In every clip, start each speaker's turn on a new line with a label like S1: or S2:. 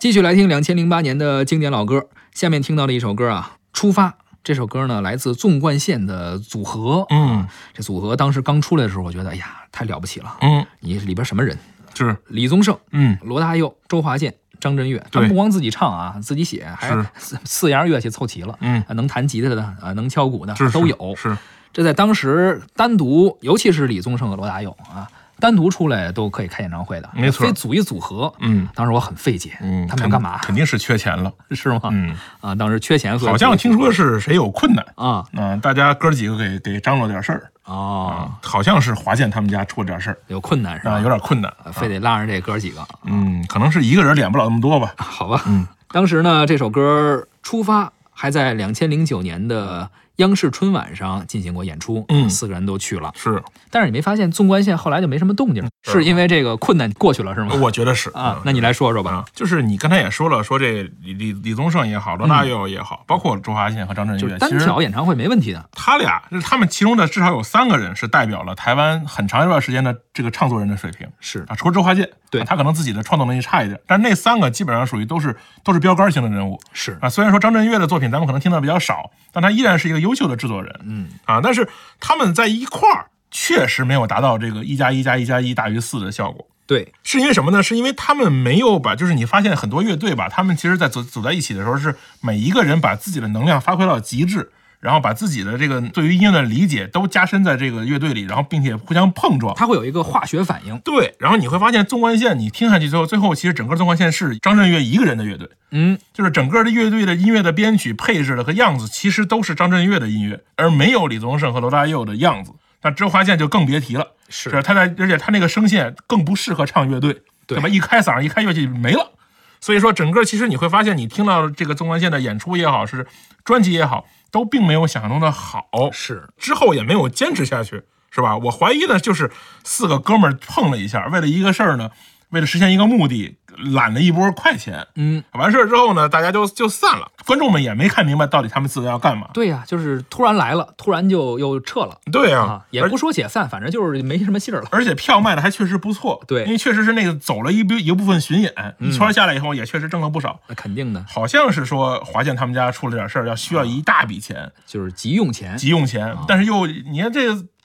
S1: 继续来听两千零八年的经典老歌，下面听到的一首歌啊，《出发》这首歌呢，来自纵贯线的组合。
S2: 嗯
S1: 这组合当时刚出来的时候，我觉得，哎呀，太了不起了！
S2: 嗯，
S1: 你里边什么人？
S2: 是，
S1: 李宗盛、
S2: 嗯
S1: 罗大佑、周华健、张震岳，他
S2: 对
S1: 不光自己唱啊，自己写，还
S2: 是
S1: 四四样乐器凑齐了。
S2: 嗯，
S1: 啊能弹吉他的啊，能敲鼓的
S2: 是
S1: 都有。
S2: 是
S1: 这在当时单独，尤其是李宗盛和罗大佑啊，单独出来都可以开演唱会的，
S2: 没错
S1: 非组一组合。
S2: 嗯
S1: 当时我很费解，
S2: 嗯，
S1: 他们要干嘛？
S2: 肯定是缺钱了。
S1: 是吗？
S2: 嗯，
S1: 啊，当时缺钱，所以
S2: 好像听说是谁有困难，
S1: 啊
S2: 嗯、大家哥几个给给张罗点事儿
S1: 哦，
S2: 啊，好像是华健他们家出了点事儿
S1: 有困难是
S2: 啊，
S1: 吧
S2: 有？点困难，
S1: 啊非得拉着这哥几个，
S2: 嗯，可能是一个人敛不了那么多吧。
S1: 好吧？
S2: 嗯，
S1: 当时呢，这首歌《出发》还在两千零九年的央视春晚上进行过演出，
S2: 嗯
S1: 四个人都去了。
S2: 是，
S1: 但是你没发现纵贯线后来就没什么动静，
S2: 是
S1: 是因为这个困难过去了是吗？
S2: 嗯我觉得是
S1: 啊，
S2: 嗯
S1: 那你来说说吧。
S2: 啊，就是你刚才也说了，说这李李李宗盛也好，罗大佑也好，包括周华健和张震
S1: 就
S2: 岳，
S1: 是单
S2: 其实
S1: 挑演唱会没问题的，
S2: 他俩，就是他们其中的至少有三个人是代表了台湾很长一段时间的这个唱作人的水平
S1: 是
S2: 啊，除了周华健，
S1: 对
S2: 啊他可能自己的创作能力差一点，但那三个基本上属于都是都是标杆型的人物
S1: 是，
S2: 啊。虽然说张震岳的作品咱们可能听到比较少，但他依然是一个优秀的制作人，
S1: 嗯，
S2: 啊，但是他们在一块儿确实没有达到这个一加一加一加一大于四的效果。
S1: 对，
S2: 是因为什么呢？是因为他们没有把，就是你发现很多乐队吧，他们其实在组组在一起的时候，是每一个人把自己的能量发挥到极致，然后把自己的这个对于音乐的理解都加深在这个乐队里，然后并且互相碰撞。
S1: 它会有一个化学反应，
S2: 对，然后你会发现纵贯线，你听下去之后，最后其实整个纵贯线是张震岳一个人的乐队，
S1: 嗯，
S2: 就是整个的乐队的音乐的编曲、配置的和样子，其实都是张震岳的音乐，而没有李宗盛和罗大佑的样子。那周华健就更别提了。
S1: 是
S2: 是他在，而且他那个声线更不适合唱乐队，
S1: 对
S2: 吧？一开嗓一开乐器没了，所以说整个其实你会发现，你听到这个纵贯线的演出也好，是专辑也好，都并没有想象中的好，
S1: 是，
S2: 之后也没有坚持下去，是吧？我怀疑呢，就是四个哥们儿碰了一下，为了一个事儿呢，为了实现一个目的，揽了一波快钱。
S1: 嗯，
S2: 完事儿之后呢，大家就就散了，观众们也没看明白到底他们四个要干嘛。
S1: 对呀、就是突然来了，突然就又撤了
S2: 对啊，
S1: 啊，也
S2: 而
S1: 不说解散，反正就是没什么信儿了，
S2: 而且票卖的还确实不错，
S1: 对嗯
S2: 因为确实是那个走了一部一部分巡演，一圈下来以后也确实挣了不少。
S1: 那肯定的，
S2: 好像是说华健他们家出了点事儿，要
S1: 啊
S2: 需要一大笔钱，
S1: 就是急用钱，
S2: 急用钱。
S1: 啊
S2: 但是又你看这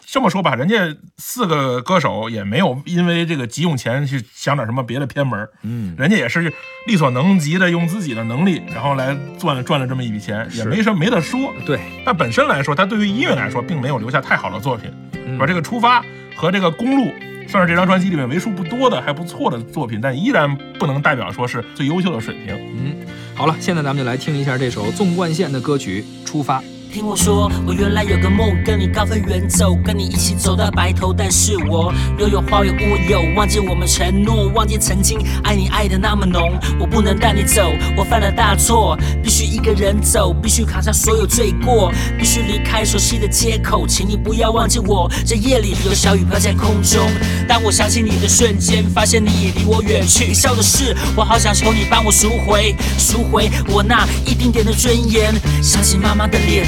S2: 这么说吧，人家四个歌手也没有因为这个急用钱去想点什么别的偏门儿，
S1: 嗯，
S2: 人家也是力所能及的用自己的能力，然后来赚了赚了这么一笔钱，也
S1: 是
S2: 没什么没得说。
S1: 对，
S2: 但本身来说，它对于音乐来说，并没有留下太好的作品，
S1: 嗯
S2: 是吧？这个出发和这个公路，算是这张专辑里面为数不多的还不错的作品，但依然不能代表说是最优秀的水平。
S1: 嗯，好了，现在咱们就来听一下这首纵贯线的歌曲《出发》。
S3: 听我说，我原来有个梦，跟你高飞远走，跟你一起走到白头。但是我又有花园乌有，忘记我们承诺，忘记曾经爱你爱的那么浓。我不能带你走，我犯了大错，必须一个人走，必须扛下所有罪过，必须离开熟悉的街口，请你不要忘记我。这夜里有小雨飘在空中，当我想起你的瞬间，发现你已离我远去。你笑的是，我好想求你帮我赎回，赎回我那一丁点的尊严。想起妈妈的脸，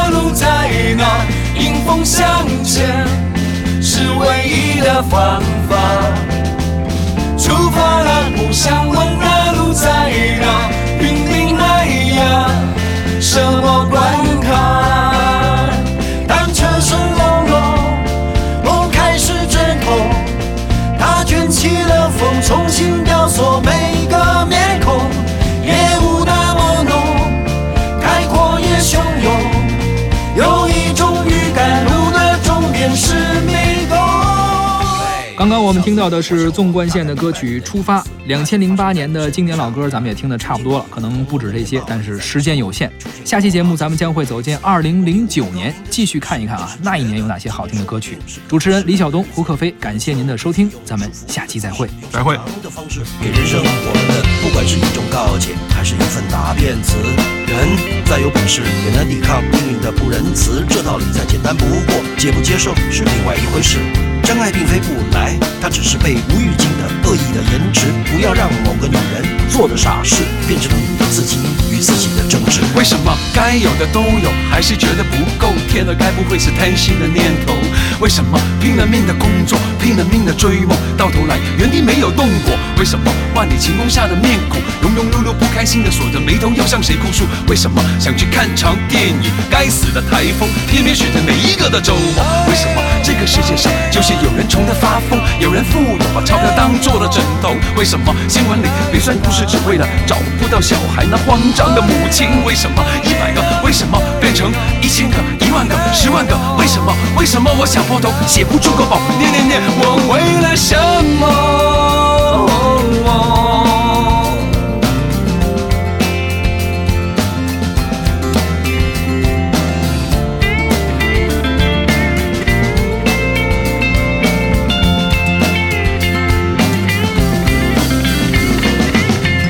S4: 路在哪，迎风向前是唯一的方法。出发了，不想问那路在哪，云顶哎呀，什么关卡？单车顺隆隆，梦开始卷筒，它卷起了风，重新雕塑每个面孔，也不那么浓。开阔也汹涌，有一种预感，路的终点是迷宫。
S2: 哎
S1: 刚刚我们听到的是纵贯线的歌曲《出发》，两千零八年的经典老歌，咱们也听得差不多了，可能不止这些，但是时间有限。下期节目咱们将会走进二零零九年，继续看一看啊，那一年有哪些好听的歌曲。主持人李晓东、胡可飞，感谢您的收听，咱们下期再会。
S2: 来会。
S5: 的方式，给人生我们的，不管是一种告诫，还是一份答再有本事也难抵抗命运的不仁慈。这道理再简单不过，接不接受是另外一回事。真爱并非不来，它只是被无预警的恶意的延迟。不要让某个女人做的傻事变成你自己与自己的争执。
S4: 为什么该有的都有，还是觉得不够？天哪，该不会是贪心的念头？为什么拼了命的工作，拼了命的追梦，到头来原地没有动过？为什么万里晴空下的面孔，庸庸碌碌不开心的锁着眉头，要向谁哭诉？为什么想去看场电影，该死的台风偏偏选在每一个的周末？为什么这个世界上就是有人穷得发疯，有人富有把钞票当做了枕头？为什么新闻里鼻酸故事只为了找不到小孩那慌张的母亲？为什么一百个为什么变成一千个、一万个、十万个为什么？为什么我想破头写不出个饱？念念念，我为了什么？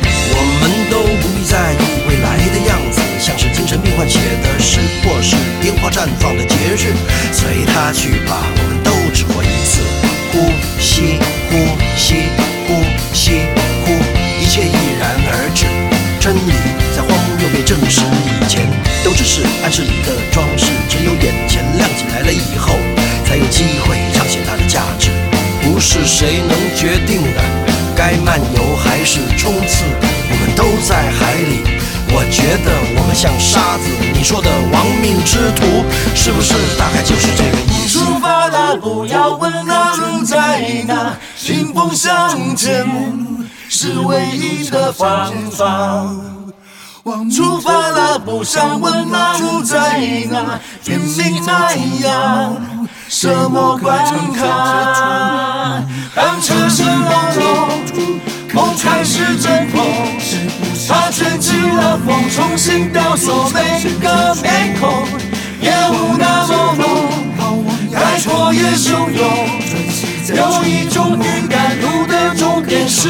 S5: 我们都不必在意未来的样子，像是精神病患写的诗，或是烟花绽放的节日，随它去吧，我们都只活一次。呼吸，呼吸，呼吸，呼，一切已然而止。真理在荒谬被证实以前，都只是暗示里的装饰，只有眼前亮起来了以后，才有机会彰显它的价值。不是谁能决定的，该漫游还是冲刺，我们都在海里。我觉得我们像沙子，你说的亡命之徒，是不是大概就是这个意思？
S4: 出发了，不要问那路在哪，迎风向前是唯一的方法。出发了，不想问那路在哪，拼命迈扬，什么关卡？当车声隆隆，梦开始阵痛，它卷起了风，重新雕塑每个面孔，也无那么浓。开阔也汹涌，有一种预感，路的终点是